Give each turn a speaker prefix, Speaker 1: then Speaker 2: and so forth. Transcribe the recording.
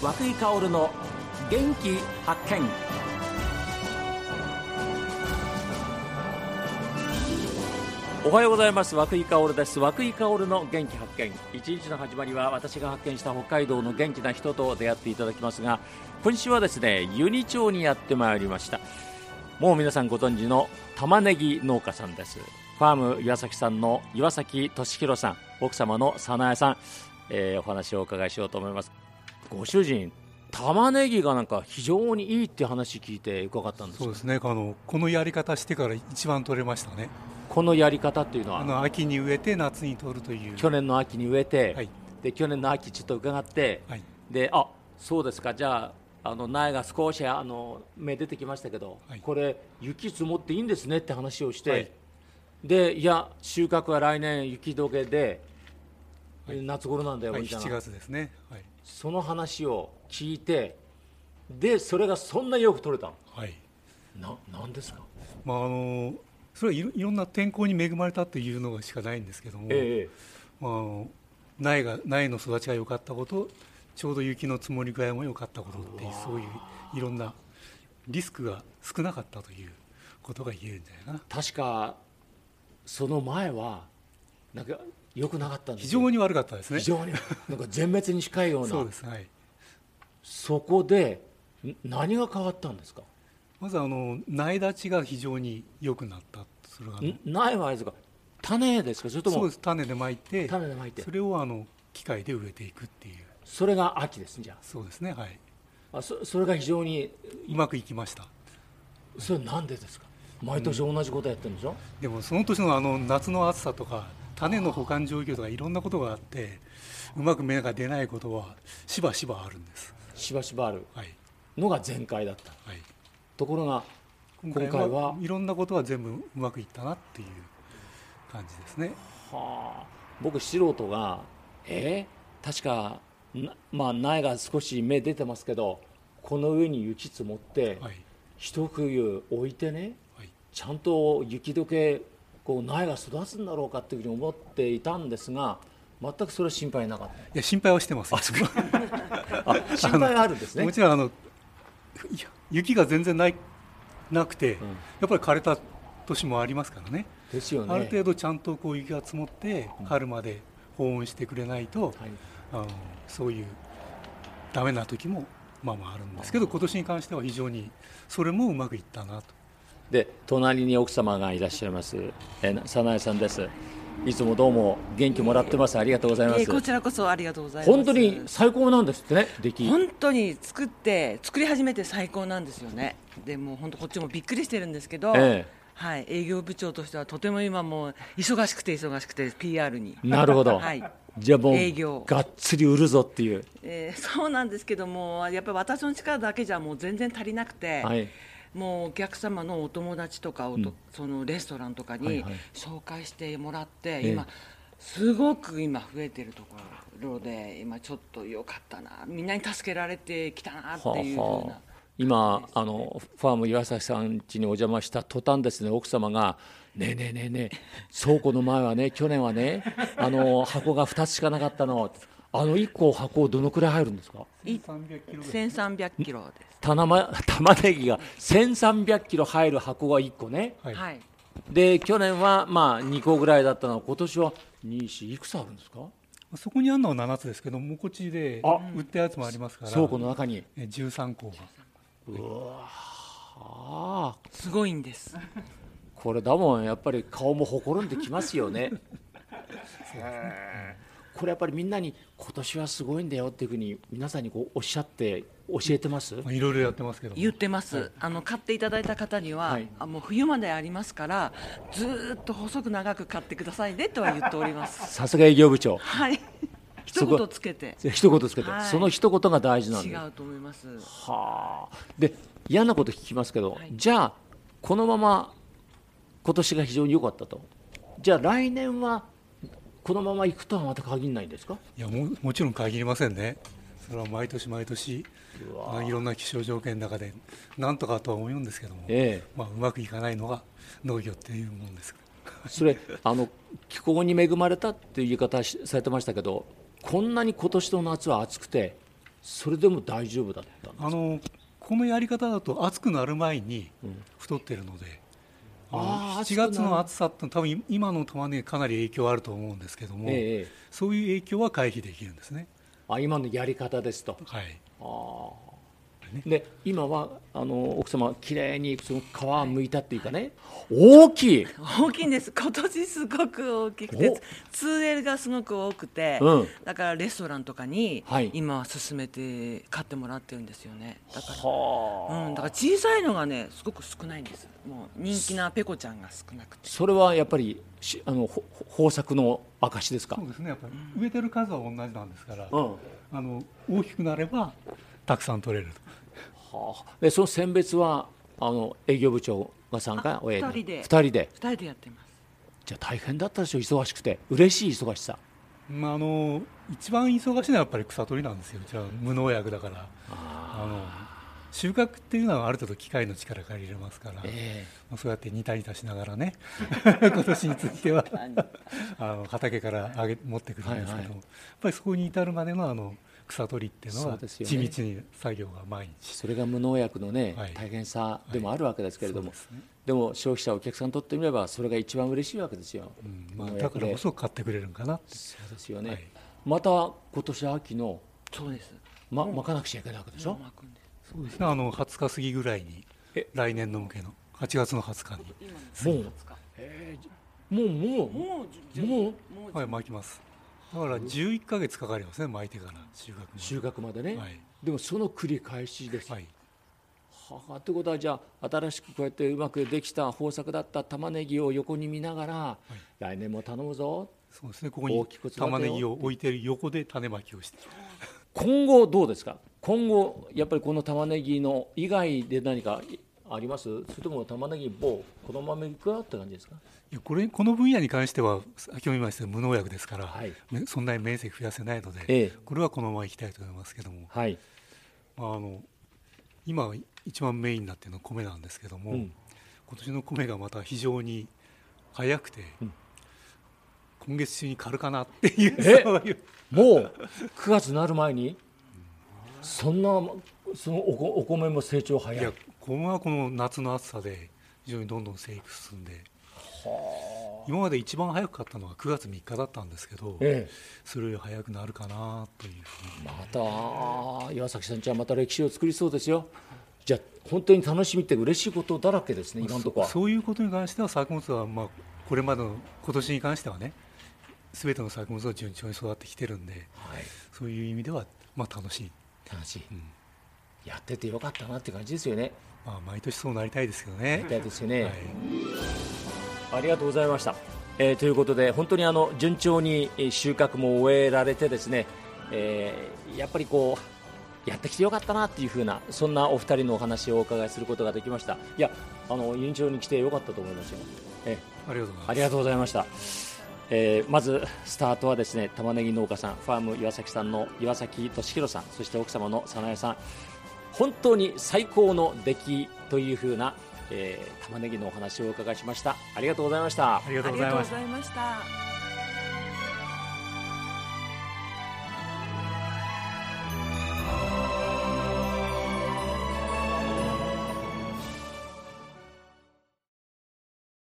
Speaker 1: 和久井薫の元気発見おはようございます和久井薫です和久井薫の元気発見一日の始まりは私が発見した北海道の元気な人と出会っていただきますが今週はですね由仁町にやってまいりましたもう皆さんご存知の玉ねぎ農家さんですファーム岩崎さんの岩崎俊弘さん奥様の早苗さん、えーお話をお伺いしようと思いますご主人玉ねぎがなんか非常にいいって話聞いて伺ったんです
Speaker 2: そう
Speaker 1: が
Speaker 2: ですねあのこのやり方してから一番取れましたね
Speaker 1: このやり方っていうのは
Speaker 2: あの秋に植えて夏に取るという
Speaker 1: 去年の秋に植えて、
Speaker 2: はい
Speaker 1: で去年の秋ちょっと伺って、
Speaker 2: はい
Speaker 1: であそうですかじゃああの苗が少しあの芽出てきましたけど、
Speaker 2: はい
Speaker 1: これ雪積もっていいんですねって話をして、
Speaker 2: はい
Speaker 1: でいや収穫は来年雪解けで、夏頃なんだよ、
Speaker 2: はい
Speaker 1: みたい
Speaker 2: 7
Speaker 1: な
Speaker 2: 月ですねはい、
Speaker 1: その話を聞いてでそれがそんなよく取れたの
Speaker 2: はい
Speaker 1: ななんですか
Speaker 2: まああのそれはいろいろんな天候に恵まれたっていうのしかないんですけども、
Speaker 1: ええ
Speaker 2: まああの苗が苗の育ちが良かったことちょうど雪の積もり具合も良かったことっていうそういういろんなリスクが少なかったということが言えるんじゃないかな
Speaker 1: 確かその前はなんか良くなかったんで
Speaker 2: 非
Speaker 1: すよ
Speaker 2: 常に悪かったですね
Speaker 1: 非常になんか全滅に近いような
Speaker 2: そうで
Speaker 1: そ
Speaker 2: すはい
Speaker 1: こでん何が変わったんですか
Speaker 2: まずあの苗立ちが非常に良くなったそれがあの
Speaker 1: ん苗はあれですか種ですかそれと
Speaker 2: そう
Speaker 1: も
Speaker 2: です種でまいて
Speaker 1: 種でまいて
Speaker 2: それをあの機械で植えていくっていう
Speaker 1: それが秋ですねじゃ
Speaker 2: そうですねはい
Speaker 1: ああそそれが非常に
Speaker 2: うまくいきました
Speaker 1: それなんでですか毎年同じことやってるんでしょ、
Speaker 2: でもその年のあの夏の暑さとか種の保管状況とかいろんなことがあってうまく芽が出ないことはしばしばあるんです
Speaker 1: しばしばある
Speaker 2: はい
Speaker 1: のが前回だった
Speaker 2: はい
Speaker 1: ところが今回は
Speaker 2: はいろんなことは全部うまくいったなっていう感じですね
Speaker 1: はあ僕素人がえー確かなまあ苗が少し芽出てますけどこの上に雪積もって、
Speaker 2: はい
Speaker 1: 一冬置いてね
Speaker 2: はい
Speaker 1: ちゃんと雪解けこう苗が育つんだろうかっていうふうに思っていたんですが全くそれは心配なかっ
Speaker 2: いや心配はしてます
Speaker 1: たあ心配があるんですね
Speaker 2: もちろんあのいや雪が全然ないなくて、
Speaker 1: ん
Speaker 2: やっぱり枯れた年もありますからね
Speaker 1: ですよね
Speaker 2: ある程度ちゃんとこう雪が積もって春まで保温してくれないと、
Speaker 1: はい
Speaker 2: あのそういうダメな時もまあまああるんですけど今年に関しては非常にそれもうまくいったなと
Speaker 1: で隣に奥様がいらっしゃいます、えー、早苗さんですいつもどうも元気もらってますありがとうございま
Speaker 3: え
Speaker 1: す、
Speaker 3: ーこちらこそありがとうございます。
Speaker 1: 本当に最高なんですってね出来
Speaker 3: 本当に作って作り始めて最高なんですよね。でもう本当こっちもびっくりしてるんですけど、
Speaker 1: ええ
Speaker 3: はい営業部長としてはとても今もう忙しくて忙しくて PR に。
Speaker 1: なるほど、
Speaker 3: はい。
Speaker 1: じゃあも
Speaker 3: 営業
Speaker 1: うがっつり売るぞっていう
Speaker 3: えー そうなんですけどもやっぱり私の力だけじゃもう全然足りなくて、
Speaker 1: はい
Speaker 3: もうお客様のお友達とかをと、そのレストランとか
Speaker 1: はい
Speaker 3: に
Speaker 1: はい
Speaker 3: 紹介してもらって、
Speaker 1: え
Speaker 3: 今すごく今増えてるところで今ちょっと良かったなみんなに助けられてきたなっていうふうな。
Speaker 1: はあはあ今あのファーム岩崎さん家にお邪魔した途端ですね奥様が「ねえねえねえねえ倉庫の前はね 去年はねあの箱が2つしかなかったのあの1個箱どのくらい入るんですか
Speaker 3: い1300キロで
Speaker 1: 玉ま 玉ねぎが1300キロ入る箱が1個ね
Speaker 2: は
Speaker 3: す。はい。
Speaker 1: で去年はまあ2個ぐらいだったのが今年は24いくつあるんですか
Speaker 2: そこにあるのは7つですけどもうこっちで
Speaker 1: あ
Speaker 2: 売ったやつもありますから
Speaker 1: 倉庫の中に
Speaker 2: え13個が
Speaker 1: ああ
Speaker 3: すごいんです。
Speaker 1: これだもんやっぱり顔もほころんできますよねこれやっぱりみんなに今年はすごいんだよっていうふうに皆さんにこうおっしゃって教えてます
Speaker 2: まあいろいろやってますけども
Speaker 3: 言ってます。あの買っていただいた方には、
Speaker 1: はい
Speaker 3: あもう冬までありますからずーっと細く長く買ってくださいねとは言っております。
Speaker 1: さすが営業部長
Speaker 3: はい。
Speaker 1: そ
Speaker 3: 一
Speaker 1: こ
Speaker 3: 言つけて。
Speaker 1: 一言つけて、
Speaker 3: はい
Speaker 1: その一言が大事なん
Speaker 3: 違
Speaker 1: で
Speaker 3: うと思います。
Speaker 1: はあで嫌なこと聞きますけど、
Speaker 3: い
Speaker 1: じゃあこのまま今年が非常に良かったとじゃあ来年はこのまま行くとはまた限らないんですか
Speaker 2: いやももちろん限りませんね、それは毎年毎年、まあ、いろんな気象条件の中で、なんとかとは思うんですけども、
Speaker 1: ええ
Speaker 2: まあ、うまくいかないのが農業っていうもんです
Speaker 1: それあの気候に恵まれたっていう言い方しされてましたけどこんなに今年の夏は暑くてそれでも大丈夫だったの
Speaker 2: あのこのやり方だと暑くなる前に
Speaker 1: うん
Speaker 2: 太ってるので、
Speaker 1: あー
Speaker 2: 7月の
Speaker 1: 暑
Speaker 2: 暑さって多分今の玉ねぎかなり影響あると思うんですけども、
Speaker 1: ええ
Speaker 2: そういう影響は回避できるんですね。
Speaker 1: あ今のやり方ですと
Speaker 2: はい、
Speaker 1: ああ
Speaker 2: ね
Speaker 1: で今はあの奥様綺麗にその皮を剥いたっていうかね、大きい、
Speaker 3: 大きいんです今年すごく大きくて 2L がすごく多くて、
Speaker 1: うん
Speaker 3: だからレストランとかに
Speaker 1: はい
Speaker 3: 今は勧めて買ってもらってるんですよねだから,、
Speaker 1: はあ
Speaker 3: うん、だから小さいのがねすごく少ないんですもう人気なペコちゃんが少なくて
Speaker 1: それはやっぱりしあのほほ豊作の証ですか
Speaker 2: そうですねやっぱり植えてる数は同じなんですから、
Speaker 1: うんは
Speaker 2: あの大きくなればたくさん取れると
Speaker 1: あでその選別はあの営業部長がさんが
Speaker 3: あ
Speaker 1: おやり
Speaker 3: 二人で
Speaker 1: 二人で
Speaker 3: 2人でやってます
Speaker 1: じゃあ大変だったでしょ忙しくて嬉しい忙しさ
Speaker 2: まあ、あの一番忙しいのはやっぱり草取りなんですよじゃあ無農薬だからあの収穫っていうのはある程度機械の力借りれますから、
Speaker 1: え
Speaker 2: まあそうやって煮たりたしながらね 今年についてはあの畑から上げ持ってくるんですけど、
Speaker 1: はいはい
Speaker 2: やっぱりそこに至るまでのあの草取りっていうの
Speaker 1: そう
Speaker 2: は
Speaker 1: です
Speaker 2: 地
Speaker 1: よ
Speaker 2: 道
Speaker 1: ね
Speaker 2: に作業が毎日
Speaker 1: それが無農薬のね、
Speaker 2: はい
Speaker 1: 大変さでもあるわけですけれども、
Speaker 2: はいそうですね
Speaker 1: でも消費者お客さんにとってみればそれが一番嬉しいわけですよ、
Speaker 2: うん
Speaker 1: 無
Speaker 2: まあ、
Speaker 1: 農
Speaker 2: だ
Speaker 1: 薬
Speaker 2: か
Speaker 1: で
Speaker 2: らこそ買ってくれるんかなって
Speaker 1: そうですよね、
Speaker 2: はい
Speaker 1: また今年秋の
Speaker 3: そうです
Speaker 1: ま巻かなくちゃいけないわけでしょ
Speaker 3: もう、巻くんです
Speaker 2: そうですねあの20日過ぎぐらいに
Speaker 1: え
Speaker 2: 来年の向けの8月の20日に
Speaker 3: 今の
Speaker 1: もうもうもう
Speaker 3: もうじゅ
Speaker 1: もう
Speaker 3: もう
Speaker 2: はい巻きますだから11ヶ月かかりますね巻いてから収穫まで
Speaker 1: 収穫までね、
Speaker 2: はい
Speaker 1: でもその繰り返しです、
Speaker 2: はい
Speaker 1: はあということはじゃあ新しくこうやってうまくできた豊作だった玉ねぎを横に見ながら、来年も頼むぞ
Speaker 2: そうですねここ
Speaker 1: 大
Speaker 2: に
Speaker 1: きく育てよう
Speaker 2: 玉ねぎを置いてる横で種まきをして
Speaker 1: 今後どうですか今後やっぱりこの玉ねぎの以外で何かありますそれとも玉ねぎもうこのままいくかって感じですか
Speaker 2: いやこれこの分野に関しては先ほど言いましたように無農薬ですから、
Speaker 1: はい
Speaker 2: ねそんなに面積増やせないので、
Speaker 1: ええ
Speaker 2: これはこのままいきたいと思いますけども、
Speaker 1: はい、
Speaker 2: まあ、あの今一番メインになっているのは米なんですけども、
Speaker 1: うん
Speaker 2: 今年の米がまた非常に早くて、
Speaker 1: うん
Speaker 2: 今月中に狩るかなっていう
Speaker 1: え
Speaker 2: そういう
Speaker 1: もう9月になる前にそんなそのおこお米も成長
Speaker 2: い
Speaker 1: 早い
Speaker 2: や米はこの夏の暑さで非常にどんどん生育進んで今まで一番早く買ったのは9月3日だったんですけど、
Speaker 1: え
Speaker 2: それより早くなるかなというふう
Speaker 1: え、
Speaker 2: に
Speaker 1: また岩崎さんちはまた歴史を作りそうですよじゃあ本当に楽しみって嬉しいことだらけですね今のところは
Speaker 2: そういうことに関しては作物は、まあ、これまでの今年に関してはね全ての作物が順調に育ってきてるんで
Speaker 1: はい
Speaker 2: そういう意味では、まあ、楽しい、
Speaker 1: 楽しい
Speaker 2: うん
Speaker 1: やっててよかったなって感じですよね
Speaker 2: まあ、毎年そうなりたいですけど
Speaker 1: み
Speaker 2: ね。
Speaker 1: たいですよね、
Speaker 2: はい
Speaker 1: ありがとうございました。えーということで本当にあの順調にえー収穫も終えられてですね、えーやっぱりこうやってきてよかったなっていう風なそんなお二人のお話をお伺いすることができました。いやあの順調に来てよかったと思いますよ。えー
Speaker 2: ありがとうございます。
Speaker 1: ありがとうございました。えーまずスタートはですね玉ねぎ農家さんファーム岩崎さんの岩崎俊弘さんそして奥様の早苗さん本当に最高の出来というふうな、えー玉ねぎのお話をお伺いしましたありがとうございました
Speaker 2: ありがと
Speaker 3: あ
Speaker 2: うご
Speaker 3: り
Speaker 2: ざ
Speaker 3: が
Speaker 2: い
Speaker 3: とう
Speaker 2: まし
Speaker 3: ご
Speaker 2: た
Speaker 3: ざいました